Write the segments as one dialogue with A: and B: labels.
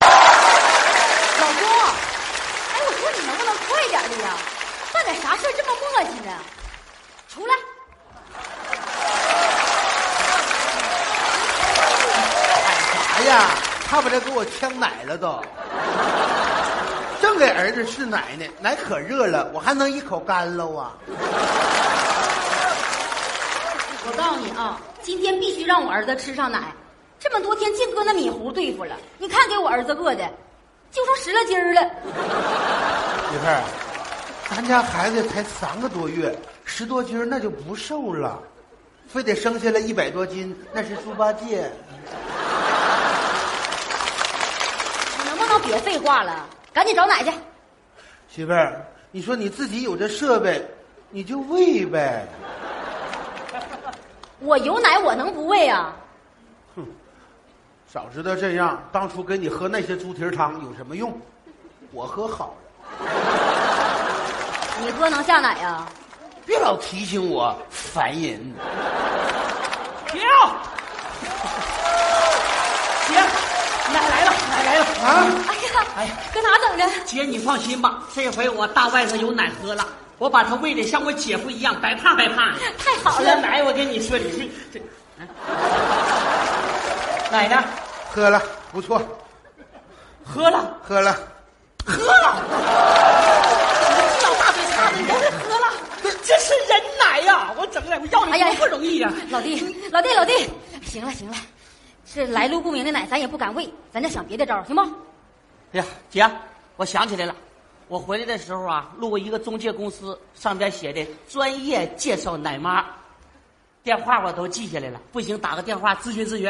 A: 哎办点啥事这么磨叽呢？出来！
B: 哎呀，他把这给我呛奶了都，正给儿子试奶呢，奶可热了，我还能一口干喽啊！
A: 我告诉你啊，今天必须让我儿子吃上奶。这么多天净搁那米糊对付了，你看给我儿子饿的，就说十来斤儿了。
B: 媳妇儿，咱家孩子才三个多月，十多斤儿那就不瘦了，非得生下来一百多斤，那是猪八戒。
A: 你能不能别废话了？赶紧找奶去。
B: 媳妇儿，你说你自己有这设备，你就喂呗。
A: 我有奶，我能不喂啊？
B: 早知道这样，当初给你喝那些猪蹄儿汤有什么用？我喝好了。
A: 你喝能下奶啊呀、
B: 别老提醒我，烦人！
C: 停！姐，奶来了，奶来了！
B: 啊，
A: 哎呀，
C: 哎呀
A: 搁哪等着？
C: 姐，你放心吧，这回我大外甥有奶喝了，我把他喂得像我姐夫一样，白胖白胖的。
A: 太好
C: 喝
A: 了，
C: 奶，我跟你说，你是这，嗯奶呢？
B: 喝了，不错，
C: 喝了，
B: 喝了。
C: 喝了！ 你老大嘴叉子，你都喝了，这是人奶呀、我整的，我要
A: 哎呀
C: 你不容易呀、
A: 老弟，老弟，老弟，行了行了，这来路不明的奶咱也不敢喂，咱再想别的招儿行不？
C: 哎呀，姐，我想起来了，我回来的时候啊，路过一个中介公司，上边写的专业介绍奶妈，电话我都记下来了，不行打个电话咨询咨询。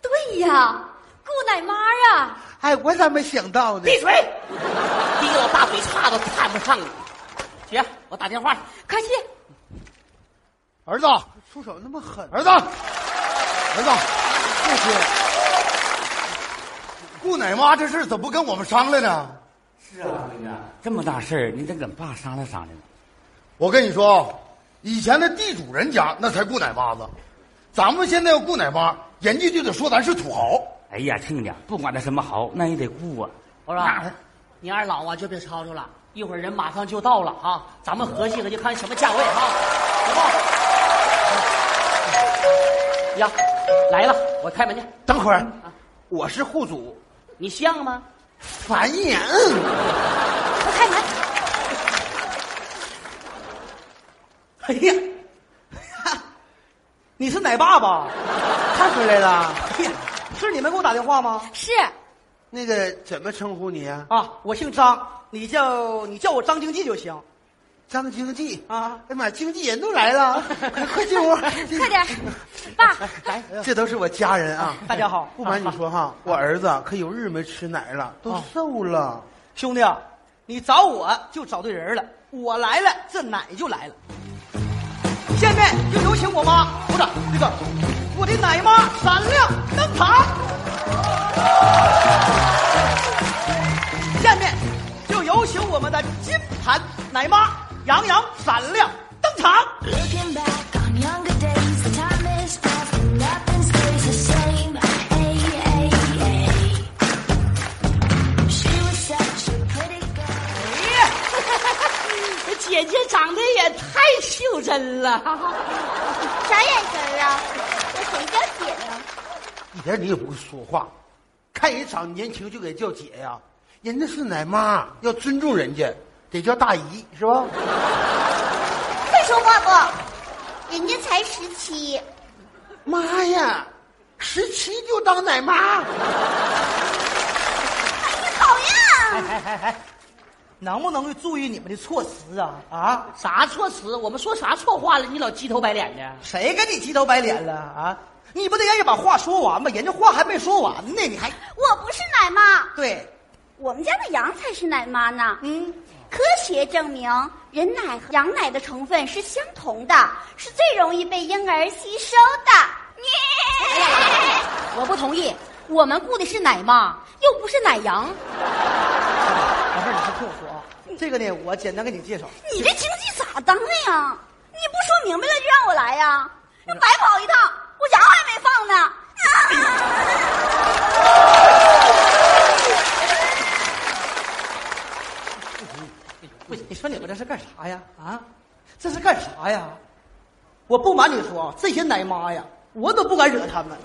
A: 对呀，雇奶妈啊！
B: 哎，我咋没想到呢
C: 闭嘴，低着大嘴叉子看不上你。姐，我打电话去。
A: 快去，
D: 儿子，
B: 出手那么狠，
D: 儿子，儿子，
B: 谢谢。
D: 顾奶妈这事儿怎么不跟我们商量呢？
E: 是啊，妹妹，这么大事儿，你得跟爸商量商量。
D: 我跟你说啊，以前的地主人家那才顾奶妈子，咱们现在要顾奶妈，人家就得说咱是土豪。
E: 哎呀，亲家，不管他什么好，那也得雇啊。
C: 我说，你二老啊就别吵吵了，一会儿人马上就到了啊，咱们合计合计看什么价位啊，好不好？呀，来了，我开门去。
B: 等会儿，我是户主，
C: 你像吗？
B: 烦人。
A: 快开门。
C: 哎呀，你是奶爸吧？
B: 看出来了，
C: 哎呀，是你们给我打电话吗？
A: 是，
B: 那个怎么称呼你啊？
C: 啊，我姓张，你叫你叫我张经济就行。
B: 张经济
C: 啊
B: 哎呀妈，经纪人都来了，快快进屋，
A: 快点儿，爸，
B: 这都是我家人啊。
C: 哎 大家好哦
B: 不瞒你说哈，我儿子啊可有日没吃奶了，都瘦了。
C: 兄弟啊，你找我就找对人了，我来了，这奶就来了。下面就有请我妈，鼓掌！那个，我的奶妈闪亮登场。下面就有请我们的金盘奶妈杨洋闪亮登场。
F: Looking back on younger days, the time is past and nothing stays the same. Ay, ay, ay. She was such a pretty girl.
C: 姐姐长得也太袖珍了，
G: 啥眼神啊？那谁叫姐呢？
B: 一点你也不会说话，看人长得年轻就给叫姐呀、人家是奶妈，要尊重人家，得叫大姨是吧？
G: 会说话不？人家才十七，
B: 妈呀，十七就当奶妈，
G: 你讨厌！
C: 能不能注意你们的措辞啊？啊，啥措辞？我们说啥错话了？你老鸡头白脸的。
H: 谁跟你鸡头白脸了啊？你不得让人把话说完吗？人家话还没说完呢，你还
G: 我不是奶妈，
H: 对
G: 我们家的羊才是奶妈呢。嗯，科学证明，人奶和羊奶的成分是相同的，是最容易被婴儿吸收哎 的。
A: 我不同意，我们雇的是奶妈，又不是奶羊。
H: 老妹儿，你先听我说啊，这个呢，我简单给你介绍。
G: 你这经济咋当的呀？嗯你不说明白了就让我来呀？那白跑一趟，我羊还没放呢。
C: 不行，你说你们这是干干啥呀？啊，这是干啥呀？我不瞒你说啊，这些奶妈呀，我都不敢惹他们。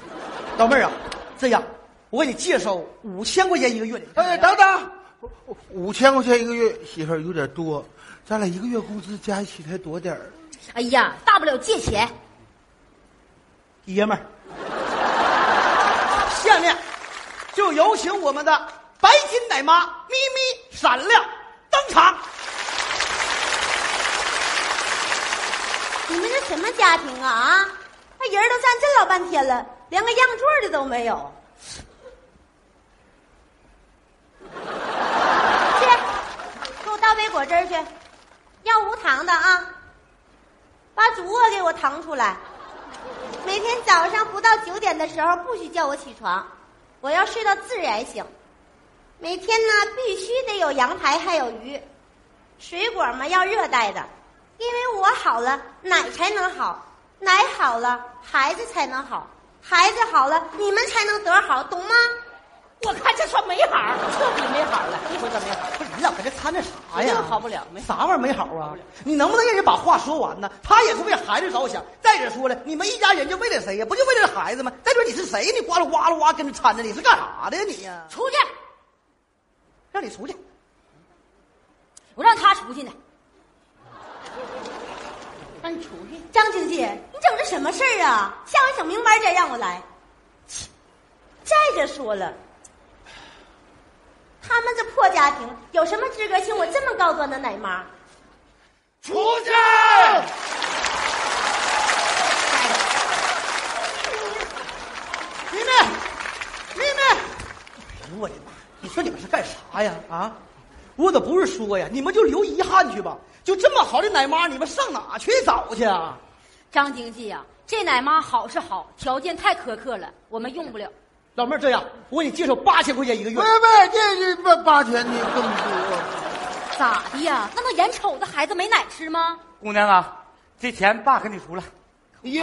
C: 老妹儿啊，这样，我给你介绍五千块钱一个月，你看
B: 哎，等等，五千块钱一个月，媳妇儿有点多，咱俩一个月工资加一起才多点儿。
I: 哎呀，大不了借钱，
C: 爷们儿。 下面就有请我们的白金奶妈咪咪闪亮登场。
A: 你们这什么家庭啊啊？那人都站这老半天了，连个让座的都没有。去，给我倒杯果汁儿去，要无糖的啊。把主卧给我腾出来。每天早上不到九点的时候，不许叫我起床，我要睡到自然醒。每天呢，必须得有羊排，还有鱼。水果嘛要热带的，因为我好了，奶才能好，奶好了，孩子才能好，孩子好了，你们才能得好，懂吗？
J: 我看这算没好儿，彻底没好儿了，一回都没好儿，
C: 不是你俩搁这掺着啥
J: 肯定
C: 呀？
J: 好不了，没
C: 啥玩意儿没好啊？你能不能让人把话说完呢？他也是为孩子着想。再者说了，你们一家人就为了谁呀？不就为了孩子吗？再说你是谁？你呱啦呱啦呱跟着掺着，你是干啥的呀你呀？
I: 出去，
C: 让你出去！
I: 我让他出去呢。
J: 让你出去。
A: 哎张经济，你整这什么事儿啊？下回整明白再让我来。切再者说了，他们这破家庭有什么资格请我这么高端的奶妈？
D: 出去！
C: 咪咪，咪咪，哎呦我的妈！你说你们是干啥呀？啊，我怎么不是说呀？你们就留遗憾去吧。就这么好的奶妈，你们上哪去找去啊？
I: 张经济呀、啊这奶妈好是好，条件太苛刻了，我们用不了。
C: 老妹儿，这样我给你介绍八千块钱一个月
B: 喂。喂，这这八八千的啊更多，
I: 咋的呀？那他眼瞅着孩子没奶吃吗？
E: 姑娘啊，这钱爸给你出了。
B: 哎
D: 爷，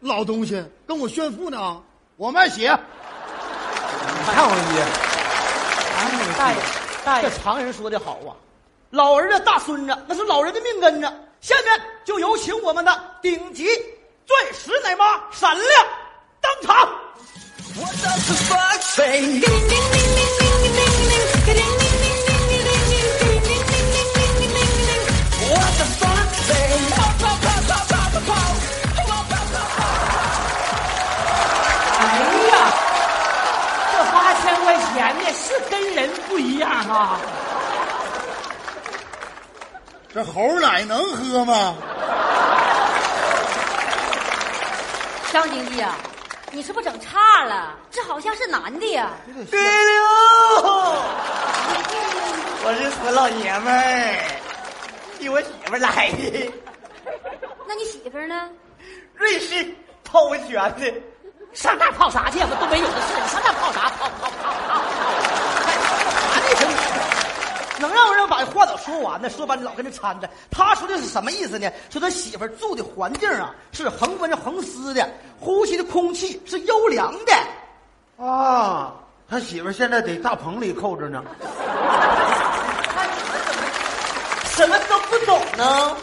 D: 老东西跟我炫富呢，我卖血。
B: 你看我爷。
C: 大爷，大爷，这常人说的好啊，老儿子大孙子那是老人的命根子。下面就有请我们的顶级钻石奶妈闪亮登场。
J: 哎呀，这八千块钱呢是跟人不一样啊！
D: 这猴奶能喝吗？
I: 张经济呀、你是不是整差了？这好像是男的呀。
K: 我是死老爷们儿，替我媳妇儿来的，
I: 那你媳妇儿呢？
K: 瑞士泡温泉的，
J: 上那儿泡啥去？我东北有的是，你上那儿泡啥？泡泡泡泡
C: 哎能让不让把话都说完呢？说完老跟这掺着。他说的是什么意思呢？说他媳妇儿住的环境啊是恒温恒湿的，呼吸的空气是优良的。
B: 啊，他媳妇儿现在得大棚里扣着呢。
K: 什么都不懂呢。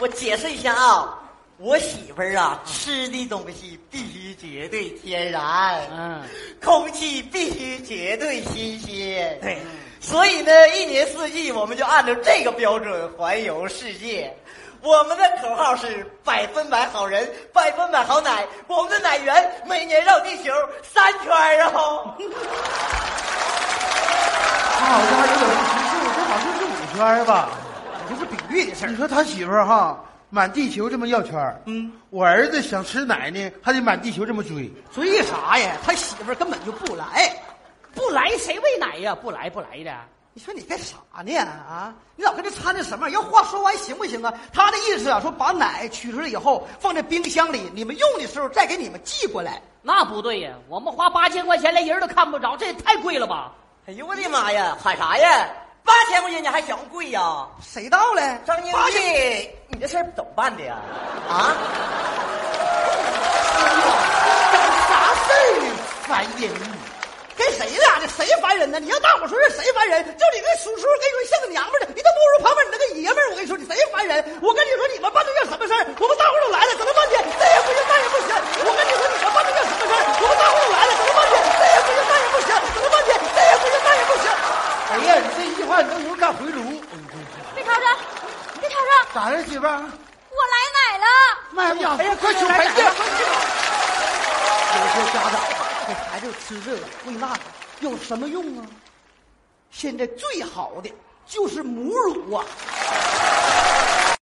K: 我解释一下啊，我媳妇儿啊，吃的东西必须绝对天然，
J: 嗯，
K: 空气必须绝对新鲜，
J: 对。
K: 所以呢，一年四季我们就按照这个标准环游世界。我们的口号是百分百好人，百分百好奶。我们的奶源每年绕地球三圈儿哦。
B: 他好像还啊有点不识数，这好像是五圈儿吧？
C: 这是比喻的事
B: 你
C: 儿。
B: 说他媳妇儿哈，满地球这么绕圈儿，嗯，我儿子想吃奶呢，还得满地球这么追。
C: 追啥呀？他媳妇儿根本就不来。
J: 不来谁喂奶呀？不来不来的，
C: 你说你干啥呢？啊，你老跟这掺着什么？要话说完行不行啊？他的意思啊，说把奶取出来以后放在冰箱里，你们用的时候再给你们寄过来。
J: 那不对呀！我们花八千块钱连人都看不着，这也太贵了吧？
K: 哎呦我的妈呀！喊啥呀？八千块钱你还嫌贵呀、
C: 谁到了？
K: 张经
C: 八千
K: 济，你这事儿怎么办的呀？啊？
C: 啥事儿啊？
B: 烦人！
C: 跟谁俩呢？谁烦人呢？你让大伙说是谁烦人？就你跟叔叔跟你说像个娘们儿的，你都不如旁边你那个爷们儿。我跟你说，
B: 把哎你当牛干回炉。
A: 别吵吵，别吵吵，
B: 咋了，媳妇儿？啊
A: 我来奶了。
B: 哎呀，哎呀，快去排队！
C: 有些家长给孩子吃这个喂那个，有什么用啊？现在最好的就是母乳啊！